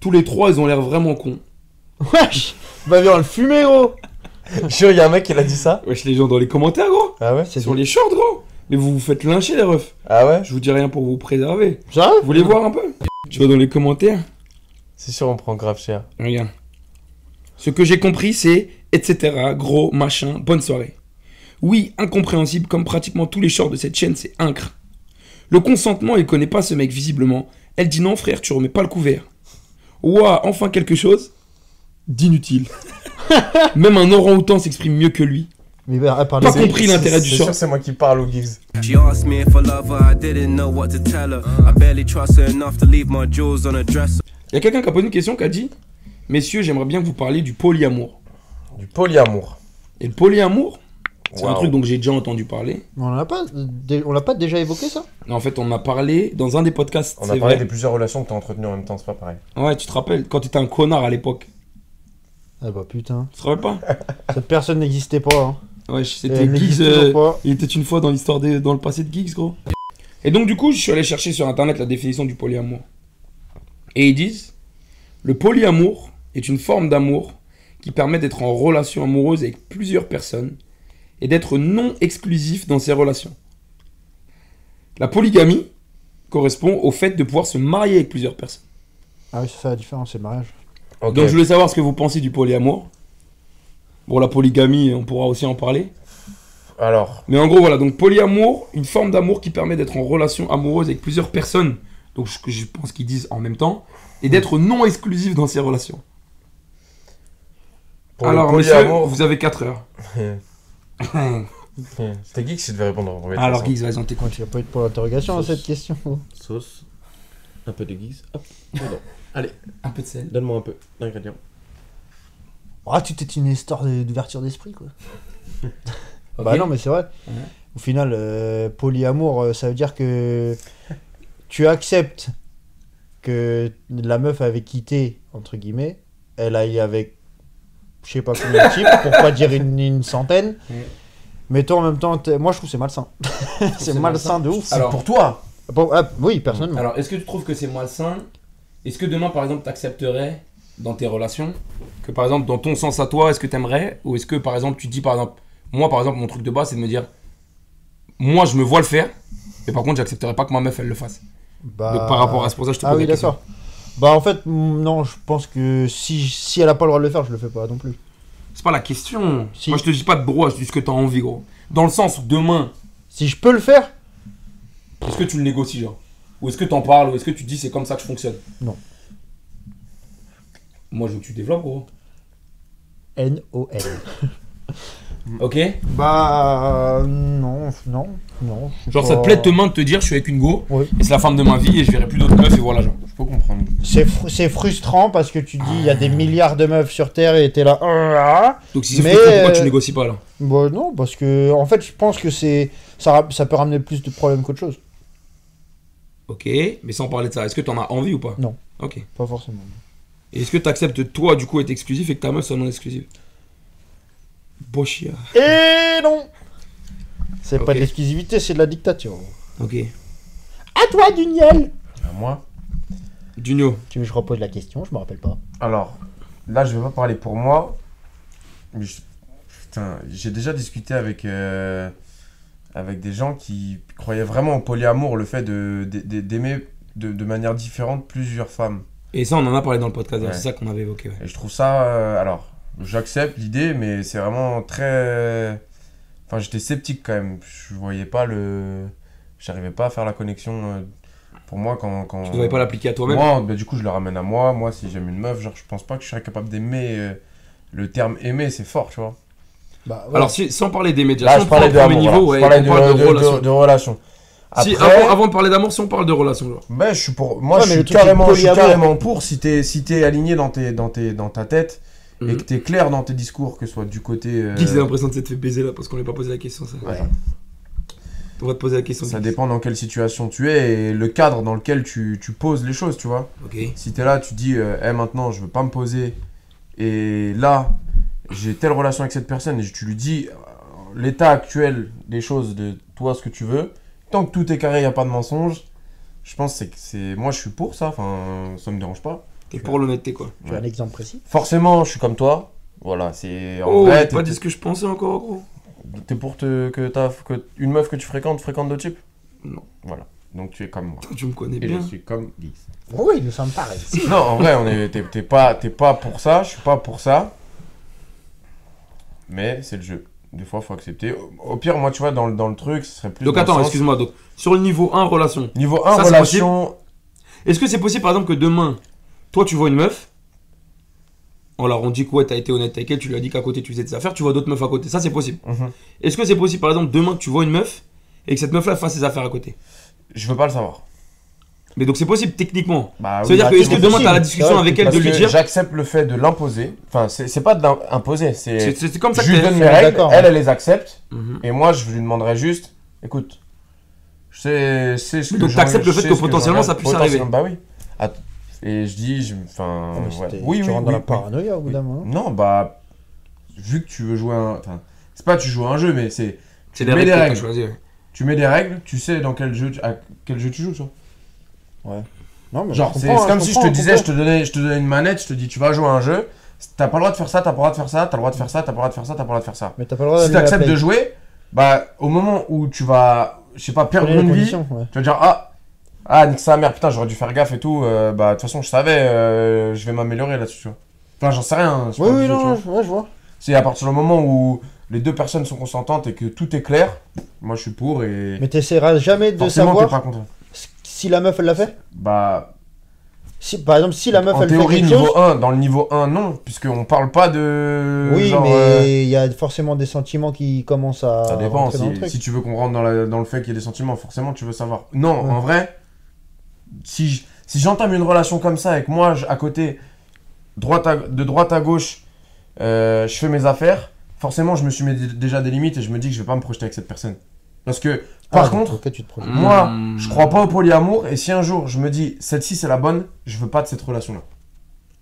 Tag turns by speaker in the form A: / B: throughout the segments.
A: Tous les trois, ils ont l'air vraiment cons.
B: Wesh Va bien Bah, le fumer, gros
C: Jure, il y a un mec qui l'a dit ça.
A: Wesh, les gens dans les commentaires, gros
C: Ah ouais
B: C'est
A: Sur les shorts, gros Mais vous vous faites lyncher, les refs
C: Ah ouais
A: Je vous dis rien pour vous préserver.
B: Ça
A: Vous voulez voir un peu Tu vas dans les commentaires
C: C'est sûr, on prend grave cher.
A: Regarde. Ce que j'ai compris, c'est etc. Gros, machin, bonne soirée. Oui, incompréhensible, comme pratiquement tous les shorts de cette chaîne, c'est incre. Le consentement, il connaît pas ce mec, visiblement. Elle dit non, frère, tu remets pas le couvert. Ouah, enfin quelque chose d'inutile. Même un orang-outan s'exprime mieux que lui.
B: Mais bah, à part
A: Pas
B: les-
A: compris
C: C'est-
A: l'intérêt du
C: C'est
A: short.
C: sûr, c'est moi qui parle au Gibbs.
D: She asked me if I love her, I didn't know what to tell her. I barely trust her enough to leave my jewels on a dresser.
A: Il y a quelqu'un qui a posé une question qui a dit Messieurs, j'aimerais bien que vous parliez du polyamour.
C: Du polyamour.
A: Et le polyamour, c'est un
C: Waouh.
A: truc dont j'ai déjà entendu parler.
B: On l'a pas, dé- on l'a pas déjà évoqué ça
A: Non, En fait, on en a parlé dans un des podcasts.
C: On
A: c'est
C: a parlé
A: vrai.
C: des plusieurs relations que t'as entretenues en même temps, c'est pas pareil.
A: Ouais, tu te rappelles quand t'étais un connard à l'époque.
B: Ah bah putain,
A: Tu te rappelles pas
B: cette personne n'existait pas. Hein.
A: Ouais,
B: Et
A: c'était
B: elle
A: Geeks.
B: n'existe
A: euh,
B: toujours pas.
A: il était une fois dans l'histoire des, dans le passé de Geeks, gros. Et donc du coup, je suis allé chercher sur internet la définition du polyamour. Et ils disent le polyamour est une forme d'amour qui permet d'être en relation amoureuse avec plusieurs personnes et d'être non exclusif dans ces relations. La polygamie correspond au fait de pouvoir se marier avec plusieurs personnes.
B: Ah oui, c'est ça la différence, c'est le mariage.
C: Ok.
A: Donc je voulais savoir ce que vous pensez du polyamour. Bon, la polygamie, on pourra aussi en parler.
C: Alors,
A: Mais en gros, voilà, donc polyamour, une forme d'amour qui permet d'être en relation amoureuse avec plusieurs personnes. Donc je, je pense qu'ils disent en même temps. Et d'être non exclusif dans ces relations.
C: pour
A: Alors,
C: le
A: monsieur,
C: polyamour.
A: vous avez 4 heures.
C: C'était Geeks qui devait répondre en premier. de
A: Alors,
C: toute façon.
A: Geeks, vas-y, on t'écoute.
B: Il n'y a pas eu de point d'interrogation à cette question.
E: Sauce. Un peu de guise. Hop. Pardon.
A: Un peu de sel.
E: Donne-moi un peu d'ingrédients.
B: Ah, tu t'es une histoire de- d'ouverture d'esprit, quoi. Bah non, mais c'est vrai. Au final, euh, polyamour, euh, ça veut dire que tu acceptes que la meuf avait quitté, entre guillemets, elle aille avec je sais pas combien de types, pour pas dire une, une centaine.
A: Ouais.
B: Mais toi en même temps, t'es- moi je trouve que c'est malsain. c'est malsain de ouf.
A: Alors,
C: Pour toi
B: Bon, ah, oui, personnellement.
A: alors est-ce que tu trouves que c'est malsain Est-ce que demain, par exemple, t'accepterais dans tes relations que, par exemple, dans ton sens à toi, est-ce que t'aimerais Ou est-ce que, par exemple, tu dis, par exemple, moi, par exemple, mon truc de base, c'est de me dire, moi, je me vois le faire, mais par contre, j'accepterais pas que ma meuf, elle le fasse.
B: Bah,
A: Donc, par rapport à ce pour ça, je te pose
B: Ah oui,
A: la question.
B: d'accord. Bah en fait, mm, non, je pense que si, si elle a pas le droit de le faire, je le fais pas non plus.
A: C'est pas la question.
B: Si.
A: Moi, je te dis pas de droit, je te dis ce que t'as envie, gros. Dans le sens, demain,
B: Si je peux le faire,
A: est-ce que tu le négocies, genre Ou est-ce que t'en parles Ou est-ce que tu dis c'est comme ça que je fonctionne
B: Non.
A: Moi, je veux que tu développes, gros.
B: N-O-N.
A: Ok
B: Bah euh, non, non, non. je suis
A: Genre,
B: pas-
A: ça te plaît demain de te dire je suis avec une go,
B: Ouais.
A: et c'est la femme de ma vie, et je verrai plus d'autres meufs, et voilà, genre.
C: Je peux comprendre.
B: C'est fru- c'est frustrant parce que tu te dis il y a des
A: Ah.
B: milliards de meufs sur Terre et t'es là. Ah, ah.
A: Donc, si c'est
B: Mais,
A: frustrant, pourquoi tu
B: euh,
A: négocies pas, là
B: Bah non, parce que en fait je pense que c'est ça, ra- ça peut ramener plus de problèmes qu'autre chose.
A: Ok, mais sans parler de ça, est-ce que t'en as envie ou pas
B: Non.
A: Ok.
B: Pas forcément.
A: Et est-ce que t'acceptes, toi, du coup, être exclusif et que ta meuf soit non exclusive Beau chien.
B: Et non. C'est pas
A: Ok.
B: de l'exclusivité, c'est de la dictature.
A: Ok.
B: À toi, Duniel.
C: À moi
A: Duno.
B: Tu veux que je repose la question Je me rappelle pas.
C: Alors, là, je vais pas parler pour moi. Mais je- Putain, j'ai déjà discuté avec, euh, avec des gens qui croyaient vraiment au polyamour, le fait de- de- de- d'aimer de, de manière différente plusieurs femmes.
A: Et ça, on en a parlé dans le podcast,
C: Ouais.
A: c'est ça qu'on avait évoqué, ouais.
C: Et je trouve ça. euh, alors, j'accepte l'idée, mais c'est vraiment très. Enfin, j'étais sceptique quand même. Je voyais pas le. J'arrivais pas à faire la connexion. euh, Pour moi, quand. quand...
A: Tu devrais pas l'appliquer à toi-même.
C: Moi, bah, du coup, je le ramène à moi. Moi, si j'aime une meuf, genre, je pense pas que je serais capable d'aimer. euh, le terme aimer, c'est fort, tu vois.
B: Bah, ouais.
A: Alors, si- sans parler des médias,
C: Là,
A: si
C: je
A: on prend
C: parlais
A: le
C: de
A: premier
C: amour,
A: niveau,
C: voilà.
A: ouais,
C: Je parlais
A: on parle de, relations.
C: de, de relations. Après,
A: Si, avant, avant de parler d'amour, si on parle de relations, genre.
C: ben, je suis pour, moi,
B: Ouais,
C: je
B: mais le
C: suis
B: truc, c'est
C: carrément, je suis
B: polyamour.
C: carrément pour si t'es si t'es aligné dans tes dans tes dans ta tête et
A: Mhm.
C: que t'es clair dans tes discours, que ce soit du côté. Mm. euh,
A: Guy, j'ai l'impression de s'être fait baiser là parce qu'on lui a pas posé la question, ça.
C: Ouais.
A: On va te poser la question.
C: Ça
A: Guy.
C: dépend dans quelle situation tu es et le cadre dans lequel tu, tu poses les choses, tu vois.
A: Ok.
C: Si t'es là, tu dis, euh, Eh, maintenant, je veux pas me poser. Et là, j'ai telle relation avec cette personne et tu lui dis euh, l'état actuel des choses, de toi, ce que tu veux. Tant que tout est carré, il n'y a pas de mensonge. Je pense que c'est que c'est. Moi, je suis pour ça. Enfin, ça me dérange pas.
A: T'es pour l'honnêteté, quoi.
B: Tu as un exemple précis
C: Forcément, je suis comme toi. Voilà, c'est. En
A: Oh,
C: vrai,
A: t'as
C: t'es
A: pas dit ce que je pensais encore, gros.
C: t'es pour te, que, t'as- que une meuf que tu fréquentes fréquente d'autres types
A: Non.
C: Voilà. Donc tu es comme moi.
A: Putain, Tu me connais
E: Et
A: bien.
E: je suis comme Geeks.
B: Oui, nous sommes pareils.
C: Non, en vrai, on est, t'es, t'es pas, t'es pas pour ça, je suis pas pour ça. Mais c'est le jeu. Des fois, faut accepter. Au, au pire, moi, tu vois, dans, le- dans le truc, ce serait plus.
A: Donc
C: dans le
A: attends,
C: sens-
A: excuse-moi. Donc, sur le niveau 1, relation.
C: Niveau 1,
A: Ça, c'est
C: relation.
A: Est-ce que c'est possible, par exemple, que demain, toi, tu vois une meuf on leur on dit quoi, t'as été honnête avec elle, tu lui as dit qu'à côté tu faisais tes affaires, tu vois d'autres meufs à côté, ça c'est possible.
C: Mhm.
A: Est-ce que c'est possible par exemple demain que tu vois une meuf et que cette meuf là fasse ses affaires à côté
C: Je veux pas le savoir.
A: Mais donc c'est possible techniquement. Ça
C: Bah, oui,
A: veut dire
C: bah,
A: que
C: c'est
A: est-ce que
B: possible.
A: demain t'as la
B: C'est
A: discussion
B: vrai,
A: avec
B: c'est
A: elle
C: Parce
A: de lui
C: que
A: dire
C: j'accepte le fait de l'imposer. Enfin, c'est, c'est pas de l'imposer, c'est.
A: C'est c'est comme ça que
C: Je lui donne
A: t'es.
C: mes règles,
B: D'accord,
C: elle,
B: ouais.
C: elle les accepte.
A: Mhm.
C: Et moi, je lui demanderais juste, écoute, je sais, je sais ce que
A: Donc,
C: j'en-
A: t'acceptes le
C: je
A: fait
C: sais
A: que
C: ce j'en
A: potentiellement,
C: regarde.
A: ça puisse arriver.
C: Potentiellement, Bah oui. Att- Et je dis, je- enfin,
B: Non, Ah, mais
C: ouais.
B: c'était-
C: oui,
B: tu
C: oui,
B: rentres
C: oui,
B: dans la
C: oui.
B: paranoïa au bout
C: Oui.
B: d'un moment.
C: Non, bah, vu que tu veux jouer à un, enfin, c'est pas tu joues à un jeu, mais c'est,
A: C'est
C: Mais
A: les règles
C: les
A: que t'as
C: règles.
A: choisies, ouais.
C: tu mets des règles, tu sais dans quel jeu, tu- à quel jeu tu joues, tu vois.
B: Non, mais
C: Genre,
B: je
C: c'est
B: comprends, hein,
C: c'est comme si je te
B: comprends,
C: disais, je te donnais, je te donnais une manette, je te dis, tu vas jouer à un jeu, t'as pas le droit de faire ça, t'as pas le droit de faire ça, t'as le droit de faire ça, t'as pas le droit de faire ça, t'as pas le droit de faire ça.
B: Mais t'as pas le droit
C: si tu
B: d'allumer la
C: acceptes
B: play.
C: de jouer, bah au moment où tu vas, je sais pas, perdre
B: Connais les
C: une vie, tu
B: conditions, ouais.
C: vas dire ah ah nique sa mère putain j'aurais dû faire gaffe et tout, euh, bah de toute façon je savais, euh, je vais m'améliorer là-dessus. tu vois. Enfin j'en sais rien. c'est pas
B: Oui, oui,
C: obligé, tu
B: non,
C: vois.
B: non, je ouais, je vois.
C: C'est à partir du moment où les deux personnes sont consentantes et que tout est clair, moi je suis pour et
B: Mais t'essaieras jamais de
C: forcément t'es
B: savoir
C: pas content.
B: ce- si la meuf elle l'a fait.
C: Bah
B: Si, par exemple, si la meuf
C: en
B: elle fait
C: théorie
B: quelque
C: niveau
B: chose.
C: 1, dans le niveau 1 non, puisqu'on parle pas de
B: Oui,
C: genre, euh,
B: mais il y a forcément des sentiments qui commencent à.
C: Ça dépend.
B: Euh, rentrer dans le
C: Si,
B: truc.
C: si tu veux qu'on rentre dans, la- dans le fait qu'il y ait des sentiments, forcément, tu veux savoir. Non,
B: Ouais.
C: en vrai, si, j- si j'entame une relation comme ça avec moi, j- à côté, droite à- de droite à gauche, euh, je fais mes affaires, forcément, je me suis mis d- déjà des limites et je me dis que je vais pas me projeter avec cette personne. Parce que,
B: Ah,
C: par
B: donc,
C: contre,
B: ok, tu te projettes.
C: moi,
A: Mmh.
C: je crois pas au polyamour et si un jour je me dis celle-ci c'est la bonne, je veux pas de cette relation-là.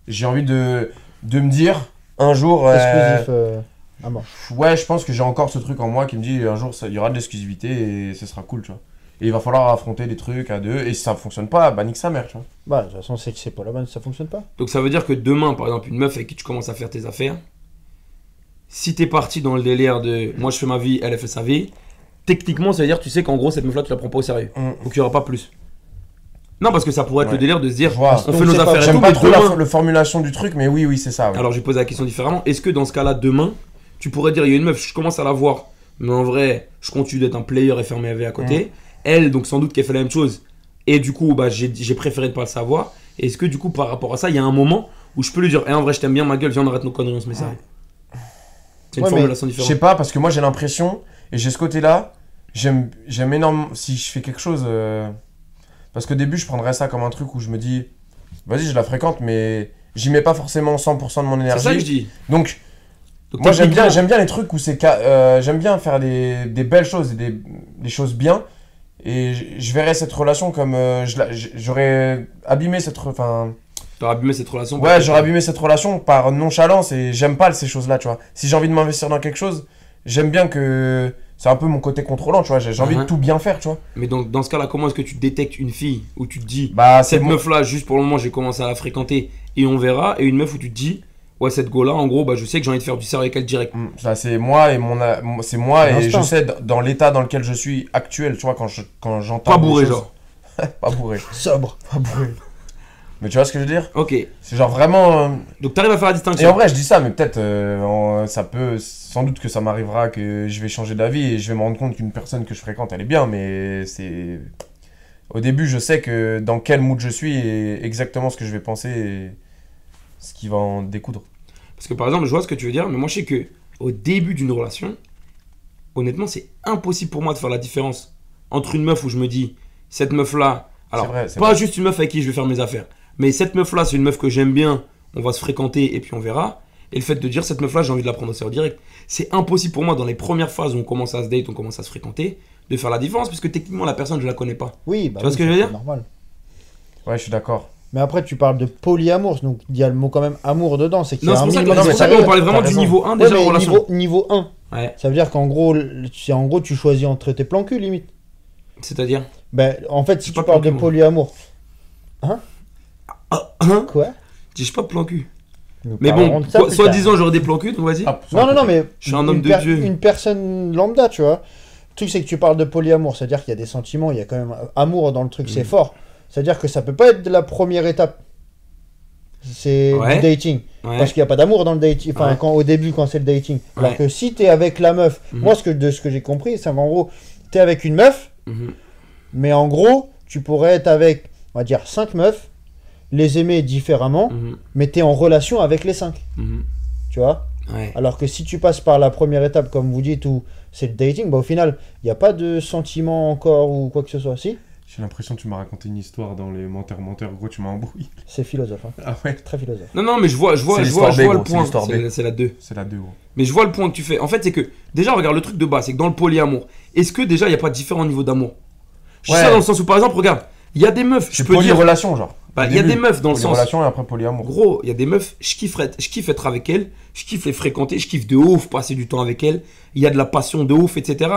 C: J'ai envie de, de me dire un jour. euh,
B: Exclusif. euh, à mort.
C: Ouais, je pense que j'ai encore ce truc en moi qui me dit un jour ça- il y aura de l'exclusivité et ce sera cool, tu vois. Et il va falloir affronter des trucs à deux et si ça fonctionne pas, bah nique sa mère, tu vois.
B: Bah, de toute façon, c'est que c'est pas la bonne, ça fonctionne pas.
A: Donc ça veut dire que demain, par exemple, une meuf avec qui tu commences à faire tes affaires, si t'es parti dans le délire de moi je fais ma vie, elle elle fait sa vie, techniquement ça veut dire que tu sais qu'en gros cette meuf là tu la prends pas au sérieux.
C: Mm.
A: Donc il y aura pas plus. Non, parce que ça pourrait être
C: Ouais.
A: le délire de se dire
C: Je vois.
A: on
B: Donc,
A: fait nos
B: c'est pas-
A: affaires et tout,
C: J'aime pas
A: mais
C: trop la,
A: demain-
C: la formulation du truc, mais oui, oui, c'est ça. ouais.
A: Alors je vais poser la question différemment. Est-ce que dans ce cas-là, demain, tu pourrais dire il y a une meuf, je commence à la voir, mais en vrai, je continue d'être un player et faire mes AV à côté. Elle, donc sans doute qu'elle fait la même chose. Et du coup, bah, j'ai j'ai préféré ne pas le savoir. Est-ce que du coup, par rapport à ça, il y a un moment où je peux lui dire, eh, en vrai, je t'aime bien, ma gueule, viens, on arrête nos conneries, on se met ça. C'est une
B: Ouais, mais
A: formulation
C: Je sais
A: différente.
C: pas, parce que moi j'ai l'impression, et j'ai ce côté-là, j'aime j'aime énormément. Si je fais quelque chose. euh, Parce qu'au début, je prendrais ça comme un truc où je me dis, vas-y, je la fréquente, mais j'y mets pas forcément 100% de mon
A: C'est
C: énergie.
A: ça que je dis.
C: Donc,
A: Donc,
C: Moi j'aime bien,
A: techniquement-
C: j'aime bien les trucs où c'est ca- euh, j'aime bien faire des, des belles choses et des, des choses bien et je, je verrais cette relation comme euh, je la- je- j'aurais abîmé cette re- enfin
A: T'aurais abîmé cette relation.
C: ouais j'aurais abîmé cette relation par nonchalance et j'aime pas ces choses là tu vois si j'ai envie de m'investir dans quelque chose j'aime bien que c'est un peu mon côté contrôlant tu vois j'ai j'ai envie de
A: Mhm.
C: tout bien faire tu vois
A: Mais donc, dans ce cas-là, comment est-ce que tu détectes une fille où tu te dis,
C: bah c'est
A: cette
C: bon
A: meuf là, juste pour le moment, j'ai commencé à la fréquenter et on verra. Et une meuf où tu te dis, ouais, cette go là, en gros, bah, je sais que j'ai envie de faire du sérieux avec elle direct.
C: Mm, ça, c'est moi et mon a- mon- c'est moi et je
B: L'instinct.
C: sais d- dans l'état dans lequel je suis actuel tu vois quand je quand j'entends
A: Pas
C: des
A: bourré,
C: choses-
A: genre.
C: pas bourré
B: Sobre.
C: pas bourré mais tu vois ce que je veux dire
A: Ok.
C: c'est genre vraiment euh,
A: Donc, t'arrives à faire la
C: Et en
A: distinction.
C: vrai, je dis ça, mais peut-être, euh, en- ça peut, sans doute que ça m'arrivera que je vais changer d'avis et je vais me rendre compte qu'une personne que je fréquente, elle est bien, mais c'est. Au début, je sais que dans quel mood je suis et exactement ce que je vais penser et ce qui va en découdre.
A: Parce que par exemple, je vois ce que tu veux dire, mais moi, je sais que au début d'une relation, honnêtement, c'est impossible pour moi de faire la différence entre une meuf où je me dis, cette meuf là, alors,
C: C'est vrai, c'est
A: pas
C: vrai.
A: juste une meuf avec qui je vais faire mes affaires, mais cette meuf là, c'est une meuf que j'aime bien, on va se fréquenter et puis on verra. Et le fait de dire cette meuf là, j'ai envie de la prendre au sérieux direct. C'est impossible pour moi dans les premières phases où on commence à se date, on commence à se fréquenter, de faire la différence parce que techniquement la personne je la connais pas.
B: Oui, bah
A: Tu vois
B: oui,
A: ce que je veux
B: c'est
A: dire
B: normal.
C: Ouais, je suis d'accord.
B: Mais après, tu parles de polyamour, donc il y a le mot quand même amour dedans. C'est qu'il y
A: Non,
B: a
A: c'est pour ça
B: un
A: que-
B: minimum
A: c'est
B: de
A: pour ça
B: sérieux.
A: qu'on parlait vraiment
C: t'as
A: du
C: raison.
A: niveau 1
B: Ouais,
A: déjà en
B: mais
A: relation.
B: niveau, niveau 1,
A: Ouais,
B: ça veut dire qu'en gros, le- c'est en gros, tu choisis entre tes plans cul limite.
A: c'est-à-dire.
B: Ben, en fait, si
A: C'est
B: tu
A: pas
B: parles de
A: polyamour.
B: polyamour,
A: Ah, hein
B: quoi
A: J'ai- Je suis pas plan cul. Mais bon, quoi- soi-disant, j'aurais des plans cul, donc vas-y.
C: Hop, sur
B: Non,
C: le
B: non, non,
C: côté.
B: mais.
A: Je suis un homme
B: une
A: de
B: per-
A: Dieu.
B: Une personne lambda, tu vois. Le truc, c'est que tu parles de polyamour, c'est-à-dire qu'il y a des sentiments, il y a quand même euh, amour dans le truc,
A: Mm.
B: c'est fort. C'est-à-dire que ça peut pas être de la première étape. C'est
A: Ouais.
B: du dating.
A: Ouais.
B: Parce qu'il n'y a pas d'amour dans le dating. Enfin,
A: Ouais.
B: quand, au début, quand c'est le dating.
A: Ouais.
B: Alors que si t'es avec la meuf,
A: Mhm.
B: moi, ce que, de ce que j'ai compris, c'est en gros, t'es avec une meuf,
A: Mhm.
B: mais en gros, tu pourrais être avec, on va dire, cinq meufs, les aimer différemment,
A: Mhm.
B: mais t'es en relation avec les cinq.
A: Mhm.
B: Tu vois
A: Ouais.
B: alors que si tu passes par la première étape, comme vous dites, où c'est le dating, bah au final, il n'y a pas de sentiment encore ou quoi que ce soit. Si,
C: J'ai l'impression que tu m'as raconté une histoire dans les menteurs menteurs. Gros, tu m'as embrouillé.
B: c'est philosophe, hein.
C: Ah ouais.
B: très philosophe.
A: Non, non, mais je vois, je vois,
C: C'est
A: je vois, je
C: l'histoire
A: vois
C: B,
A: le
C: gros, c'est
A: point.
C: l'histoire B.
A: C'est la- C'est la 2.
C: C'est la 2, gros.
A: Mais je vois le point que tu fais. En fait, c'est que déjà, regarde le truc de base, c'est que dans le polyamour, est-ce que déjà il n'y a pas différents niveaux d'amour Je dis
C: Ouais.
A: ça dans le sens où, par exemple, regarde, il y a des meufs, je
C: C'est
A: peux dire.
C: polyrelation, genre.
A: Bah, il y a des meufs dans le sens.
C: Polyrelation et après polyamour.
A: Gros, il y a des meufs, je kiffe, être, je kiffe être avec elles, je kiffe les fréquenter, je kiffe de ouf passer du temps avec elles, il y a de la passion de ouf, etc.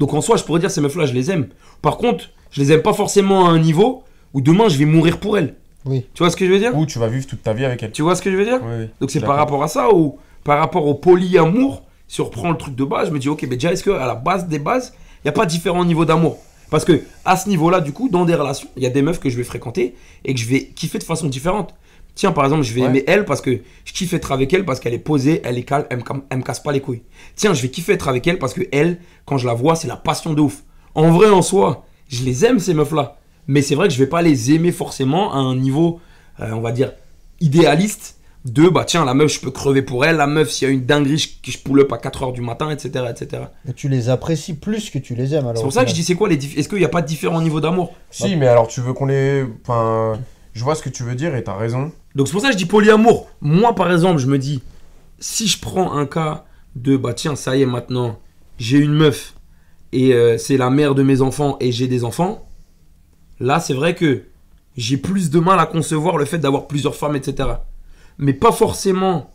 A: Donc en soi, je pourrais dire ces meufs-là, je les aime. Par contre, je les aime pas forcément à un niveau où demain je vais mourir pour elles.
B: Oui.
A: Tu vois ce que je veux dire
C: Ou tu vas vivre toute ta vie avec elle.
A: Tu vois ce que je veux dire
C: Ouais, ouais.
A: Donc c'est
C: Je
A: par
C: la
A: rapport à ça ou par rapport au polyamour, si on reprend le truc de base, je me dis ok, mais déjà est-ce que à la base des bases, il n'y a pas différents niveaux d'amour Parce que à ce niveau-là, du coup, dans des relations, il y a des meufs que je vais fréquenter et que je vais kiffer de façon différente. Tiens, par exemple, je vais
C: Ouais.
A: aimer elle parce que je kiffe être avec elle parce qu'elle est posée, elle est calme, elle me, cam- elle me casse pas les couilles. Tiens, je vais kiffer être avec elle parce que elle, quand je la vois, c'est la passion de ouf. En vrai, en soi, je les aime ces meufs-là. Mais c'est vrai que je vais pas les aimer forcément à un niveau, euh, on va dire, idéaliste de bah tiens la meuf je peux crever pour elle la meuf s'il y a une dinguerie je, je pull up à 4h du matin etc etc
B: Et tu les apprécies plus que tu les aimes. alors,
A: c'est
B: au
A: pour ça que je
B: final.
A: dis c'est quoi les diff- est-ce qu'il n'y a pas de différents niveaux d'amour
C: Si, mais alors tu veux qu'on les. Enfin. Je vois ce que tu veux dire et t'as raison.
A: donc c'est pour ça que je dis polyamour moi par exemple je me dis si je prends un cas de bah tiens ça y est maintenant j'ai une meuf et euh, c'est la mère de mes enfants et j'ai des enfants là c'est vrai que j'ai plus de mal à concevoir le fait d'avoir plusieurs femmes etc mais pas forcément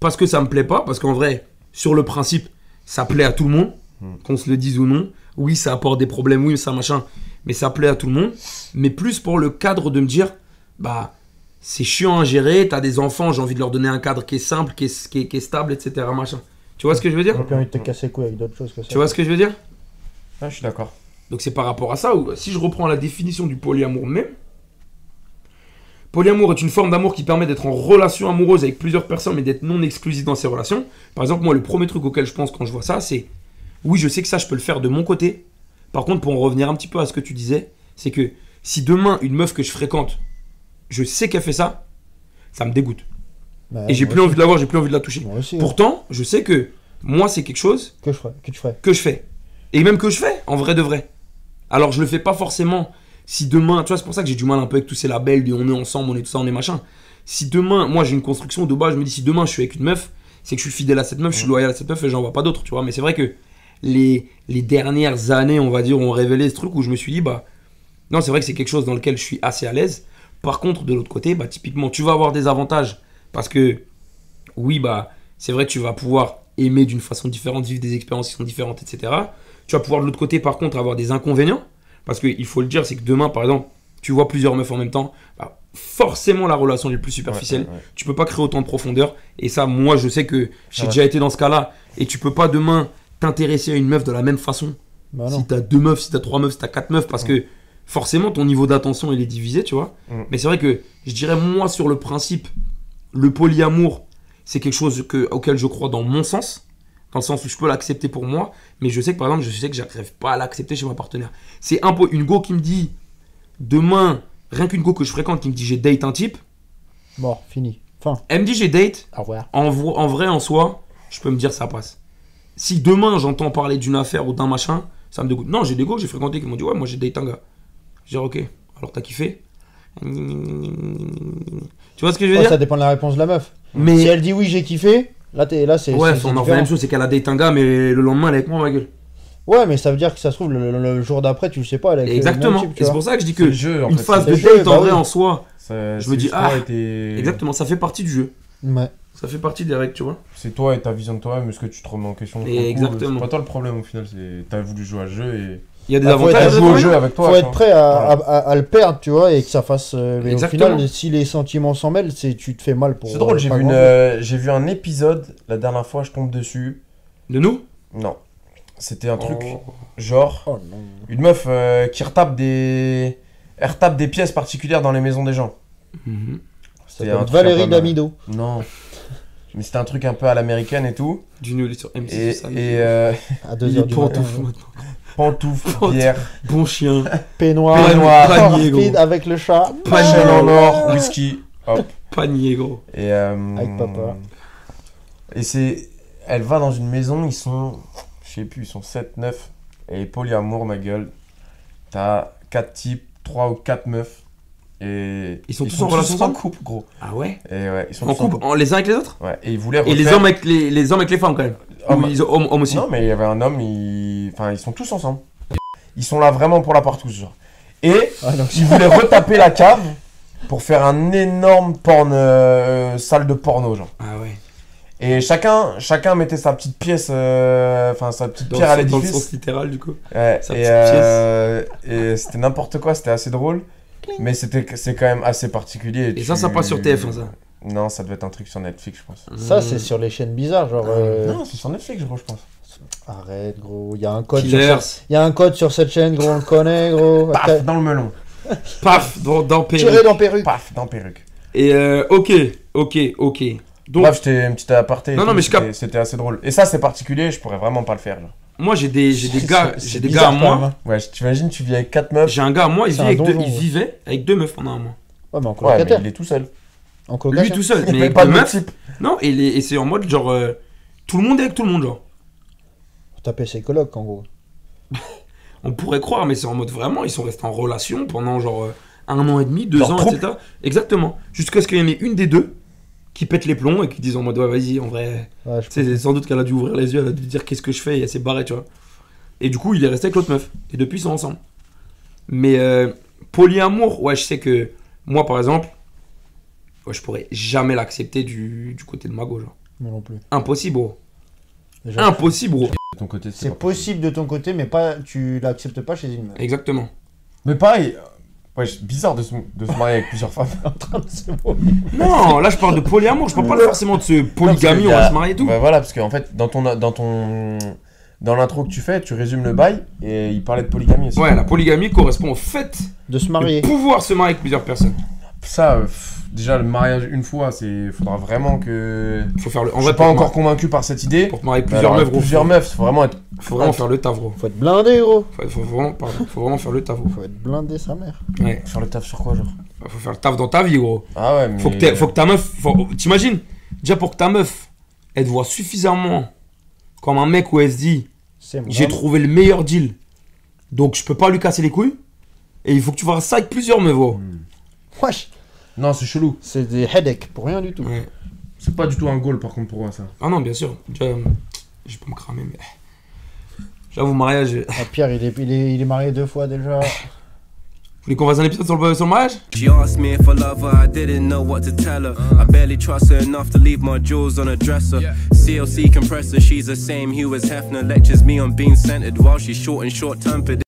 A: parce que ça me plaît pas, parce qu'en vrai, sur le principe, ça plaît à tout le monde,
C: Mm.
A: qu'on se le dise ou non. Oui, ça apporte des problèmes, oui, ça machin, mais ça plaît à tout le monde. Mais plus pour le cadre de me dire, bah, c'est chiant à gérer, t'as des enfants, j'ai envie de leur donner un cadre qui est simple, qui est, qui est- qui est stable, etc. Machin. Tu vois ce que je veux dire
B: J'ai plus envie de te casser les couilles avec d'autres choses que ça.
A: Tu vois ce que je veux dire
C: Ah, je suis d'accord.
A: donc c'est par rapport à ça, où, bah, si je reprends la définition du polyamour même, polyamour est une forme d'amour qui permet d'être en relation amoureuse avec plusieurs personnes mais d'être non exclusif dans ces relations. Par exemple, moi, le premier truc auquel je pense quand je vois ça, c'est oui, je sais que ça, je peux le faire de mon côté. Par contre, pour en revenir un petit peu à ce que tu disais, c'est que si demain, une meuf que je fréquente, je sais qu'elle fait ça, ça me dégoûte.
B: Bah,
A: Et j'ai
B: moi
A: plus
B: aussi.
A: envie de la voir, j'ai plus envie de la toucher.
B: Moi aussi, hein.
A: Pourtant, je sais que moi, c'est quelque chose
B: que, je ferais, que tu ferais.
A: que je fais. Et même que je fais, en vrai de vrai. Alors je le fais pas forcément si demain, tu vois, c'est pour ça que j'ai du mal un peu avec tous ces labels de on est ensemble, on est tout ça, on est machin. Si demain, moi j'ai une construction de base, je me dis si demain je suis avec une meuf, c'est que je suis fidèle à cette meuf, je suis loyal à cette meuf et j'en vois pas d'autres, tu vois. Mais c'est vrai que les, les dernières années, on va dire, ont révélé ce truc où je me suis dit, bah, non, c'est vrai que c'est quelque chose dans lequel je suis assez à l'aise. Par contre, de l'autre côté, bah, typiquement, tu vas avoir des avantages parce que, oui, bah, c'est vrai que tu vas pouvoir aimer d'une façon différente, vivre des expériences qui sont différentes, etc. Tu vas pouvoir de l'autre côté, par contre, avoir des inconvénients. Parce qu'il faut le dire, c'est que demain, par exemple, tu vois plusieurs meufs en même temps, bah, forcément la relation est plus superficielle.
C: Ouais, ouais, ouais.
A: Tu peux pas créer autant de profondeur. Et ça, moi, je sais que j'ai
B: Ah ouais.
A: déjà été dans ce cas-là. Et tu peux pas demain t'intéresser à une meuf de la même façon.
B: Bah
A: si
B: non. Ah
A: t'as deux meufs, si t'as trois meufs, si t'as quatre meufs, parce que forcément ton niveau d'attention il est divisé, tu vois.
C: Mm.
A: Mais c'est vrai que je dirais moi sur le principe, le polyamour, c'est quelque chose que, auquel je crois dans mon sens, dans le sens où je peux l'accepter pour moi, mais je sais que par exemple, je sais que j'arrive pas à l'accepter chez ma partenaire. C'est un po- une go qui me dit demain, rien qu'une go que je fréquente qui me dit j'ai date un type,
B: Mort, fini. Fin.
A: elle me dit j'ai date,
B: Au revoir.
A: en, vo- en vrai, en soi, je peux me dire ça passe. Si demain j'entends parler d'une affaire ou d'un machin, ça me dégoûte. Non, j'ai des gars que j'ai fréquenté qui m'ont dit Ouais, moi j'ai date un gars. Je dis Ok, alors t'as kiffé Tu vois ce que je veux
B: Ouais,
A: dire
B: Oh, ça dépend de la réponse de la meuf. Si
A: Mais.
B: elle dit oui, j'ai kiffé, là, t'es- là c'est.
A: Ouais,
B: c'est- c'est
A: on en revient à la
B: différent.
A: même chose, c'est qu'elle a date un gars, mais le lendemain elle est avec moi, ma gueule.
B: Ouais, mais ça veut dire que ça se trouve, le, le- le jour d'après, tu le sais pas. Elle est avec le même
A: Exactement.
B: type, tu
A: Et c'est
B: vois.
A: pour ça que je dis
C: C'est
A: que
C: le jeu, en
A: une
C: fait.
A: phase
B: c'est
A: de
B: le jeu,
A: date en
B: bah
A: vrai
B: oui.
A: en soi,
C: Ça-
A: je
C: c'est
A: me dis,
C: juste
A: ah,
C: toi et tes-
A: exactement, ça fait partie du jeu.
B: Ouais.
A: Ça fait partie des règles, tu vois.
C: C'est toi et ta vision de toi-même, est-ce que tu te remets en question
A: Et
C: sur le coup,
A: exactement.
C: C'est pas toi le problème au final, c'est t'as voulu jouer à ce jeu et
A: Il y a des
B: Bah, faut
A: avantages
B: être
A: à
C: Elle
A: jouer
B: un
C: joue
A: au
C: au
B: peu-
A: jeu.
C: jeu avec toi.
B: faut
C: ça.
B: être prêt à,
C: Voilà.
B: à- à- à le perdre, tu vois, et que ça fasse. euh, mais
A: Exactement.
B: au final, si les sentiments s'emmêlent, c'est tu te fais mal pour.
C: C'est drôle,
B: euh,
C: j'ai
B: pas
C: vu, une,
B: grand-chose.
C: euh, j'ai vu un épisode, la dernière fois, je tombe dessus.
A: De nous
C: Non. C'était un truc,
A: Oh.
C: genre,
B: Oh, non.
C: une meuf euh, qui retape des... Elle retape des pièces particulières dans les maisons des gens.
A: Mhm.
C: C'était
B: Ça
C: un
B: s'appelle
C: truc un
B: Valérie
C: peu euh, mal.
B: Damido.
C: Non. Mais c'était un truc un peu à l'américaine et tout.
A: Du nul sur M6.
C: Et,
A: ça,
C: et
A: mais-
C: euh,
B: À
A: Il
B: 2h
A: est
B: du matin.
A: pantoufle maintenant.
C: pantoufles,
A: Pantoufles. Oh.
C: bière,
A: Bon chien.
B: Peignoir,
C: Panier,
B: noir,
A: panier, gros.
B: rapide avec le chat.
C: pachel en
A: Oh.
C: or, whisky. Hop.
A: Panier, gros.
C: Et, euh,
B: Avec papa.
C: Et c'est. Elle va dans une maison, ils sont. Je sais plus, ils sont 7, 9. Et polyamour, ma gueule. T'as 4 types, 3 ou 4 meufs. Et.
A: Ils sont tous en relation
C: en
A: ensemble
C: couple, gros.
A: Ah ouais
C: Et ouais, ils sont
A: En
C: tous en
A: couple,
C: couple.
A: en- les uns avec les autres
C: Ouais, et ils voulaient
A: Et les
C: refaire-
A: hommes avec les, les hommes avec les femmes quand même.
C: hommes-
A: Ou ils- hommes, hommes aussi.
C: Non, mais il y avait un homme, ils... Enfin, ils sont tous ensemble. Ils sont là vraiment pour la partout, genre. Et.
B: Ah, non,
C: Ils voulaient retaper la cave pour faire un énorme porn, euh, salle de porno, genre.
A: Ah ouais.
C: Et chacun, chacun mettait sa petite pièce, euh, enfin sa petite
A: Dans,
C: pierre à
A: le, dans le sens
C: l'édifice.
A: littéral du coup.
C: Ouais,
A: sa
C: et
A: petite
C: euh, et c'était n'importe quoi, c'était assez drôle. Mais c'était, c'est quand même assez particulier.
A: Et ça, ça passe sur TF1 ça. Mmh.
C: Non, ça devait être un truc sur Netflix, je pense.
B: Ça, c'est sur les chaînes bizarres, genre. euh,
C: Ah, Non, c'est sur Netflix, gros, je pense.
B: Arrête, gros. Il y a un code. sur
A: Killers.
B: cette- Il y a un code sur cette chaîne, gros. On le connaît, gros.
C: Paf, dans le melon.
A: Paf dans, dans Perry.
B: Tiré dans perruque.
C: Paf, dans perruque.
A: Et euh, ok, ok, ok. Donc
C: Bref, j'étais un petit aparté. et
A: Non, non,
C: tout,
A: mais je
C: c'était- C'était assez drôle. Et ça, c'est particulier, je pourrais vraiment pas le faire. genre.
A: moi j'ai des j'ai des
B: C'est-
A: gars
B: c'est
A: j'ai des gars à
B: bizarre,
A: moi.
B: quand même, hein.
C: Ouais, je- t'imagines, tu vis avec 4 meufs.
A: J'ai un gars à moi, il, vit
B: C'est un
A: avec deux-
B: donjon, hein.
A: il
B: ouais.
A: vivait avec deux meufs pendant un mois.
B: Ouais, mais en
C: Ouais, mais
B: colocataire.
C: il est tout seul.
B: En
A: Lui
B: colocataire.
A: tout seul,
C: Il
A: mais
C: paye
A: avec deux
C: pas de
A: meufs.
C: type.
A: Non, et, les- et c'est en mode genre euh, tout le monde est avec tout le monde genre.
B: Pour taper ses colocs, en gros.
A: On pourrait croire, mais c'est en mode vraiment, ils sont restés en relation pendant genre euh, un an et demi, deux
C: Leur
A: ans,
C: trouble.
A: etc. Exactement. Jusqu'à ce qu'il y en ait une des deux qui pète les plombs et qui dise en mode ouais, vas-y, en vrai,
B: Ouais, je-
A: c'est sans doute qu'elle a dû ouvrir les yeux, elle a dû dire qu'est-ce que je fais et elle s'est barrée, tu vois. Et du coup, il est resté avec l'autre meuf. Et depuis, ils sont ensemble. Mais euh, polyamour, ouais, je sais que moi, par exemple, ouais, je pourrais jamais l'accepter du, du côté de ma gauche. genre.
B: Moi non plus.
A: Impossible, bro.
B: Déjà,
A: Impossible, bro.
C: De ton côté,
B: C'est
C: pas
B: possible de ton côté, mais pas, tu l'acceptes pas chez une meuf.
A: Exactement.
C: Mais pareil, euh, ouais, c'est bizarre de se, de se marier avec plusieurs femmes.
A: Non, là, je parle de polyamour. Je parle pas forcément de ce polygamie,
C: Non,
A: on
C: parce que y
A: va
C: a-
A: se marier et tout.
C: Bah voilà, parce qu'en fait, dans ton, dans ton, dans l'intro que tu fais, tu résumes le bail et il parlait de polygamie aussi.
A: Ouais, la polygamie correspond au fait
B: De se
A: de
B: marier.
A: pouvoir se marier avec plusieurs personnes.
C: Ça, euh, pff, déjà le mariage une fois, c'est, faudra vraiment que.
A: Faut faire le. En
C: On
A: vrai,
C: suis pas
A: pour te
C: encore
A: marier-
C: convaincu par cette idée.
A: pour te marier avec
C: Mais
A: plusieurs
C: alors,
A: meufs, gros.
C: Plusieurs meufs, faut vraiment être.
A: Faut vraiment faire le taf, gros.
B: Faut être blindé, gros.
A: Faut, faut vraiment, pardon, faut vraiment faire le taf, gros.
B: Faut être blindé, sa mère.
A: Ouais.
C: Faire le taf sur quoi, genre
A: Faut faire le taf dans ta vie, gros.
C: Ah ouais, mais.
A: Faut que, t'aies- faut que ta meuf. faut- T'imagines Déjà pour que ta meuf, elle te voit suffisamment comme un mec où elle se dit
B: C'est moi.
A: j'ai trouvé le meilleur deal, donc je peux pas lui casser les couilles. Et il faut que tu fasses ça avec plusieurs meufs, gros.
C: Hmm.
B: Wesh,
C: Non, c'est chelou.
B: c'est des headaches pour rien du tout.
A: Ouais.
C: C'est pas du tout un goal par contre pour moi ça.
A: Ah non, bien sûr. Déjà, euh, je peux me cramer, mais. eh. J'avoue, mariage. euh, Vous
B: Ah, Pierre, il est, il, est, il est marié deux fois déjà.
A: voulez qu'on fasse un épisode sur le, sur le mariage
D: She asked me if I love her, I didn't know what to tell her. I barely trust her enough to leave my jewels on a dresser. CLC compressor, she's the same hue as Hefner. Lectures me on being centered while she's short and short tempered.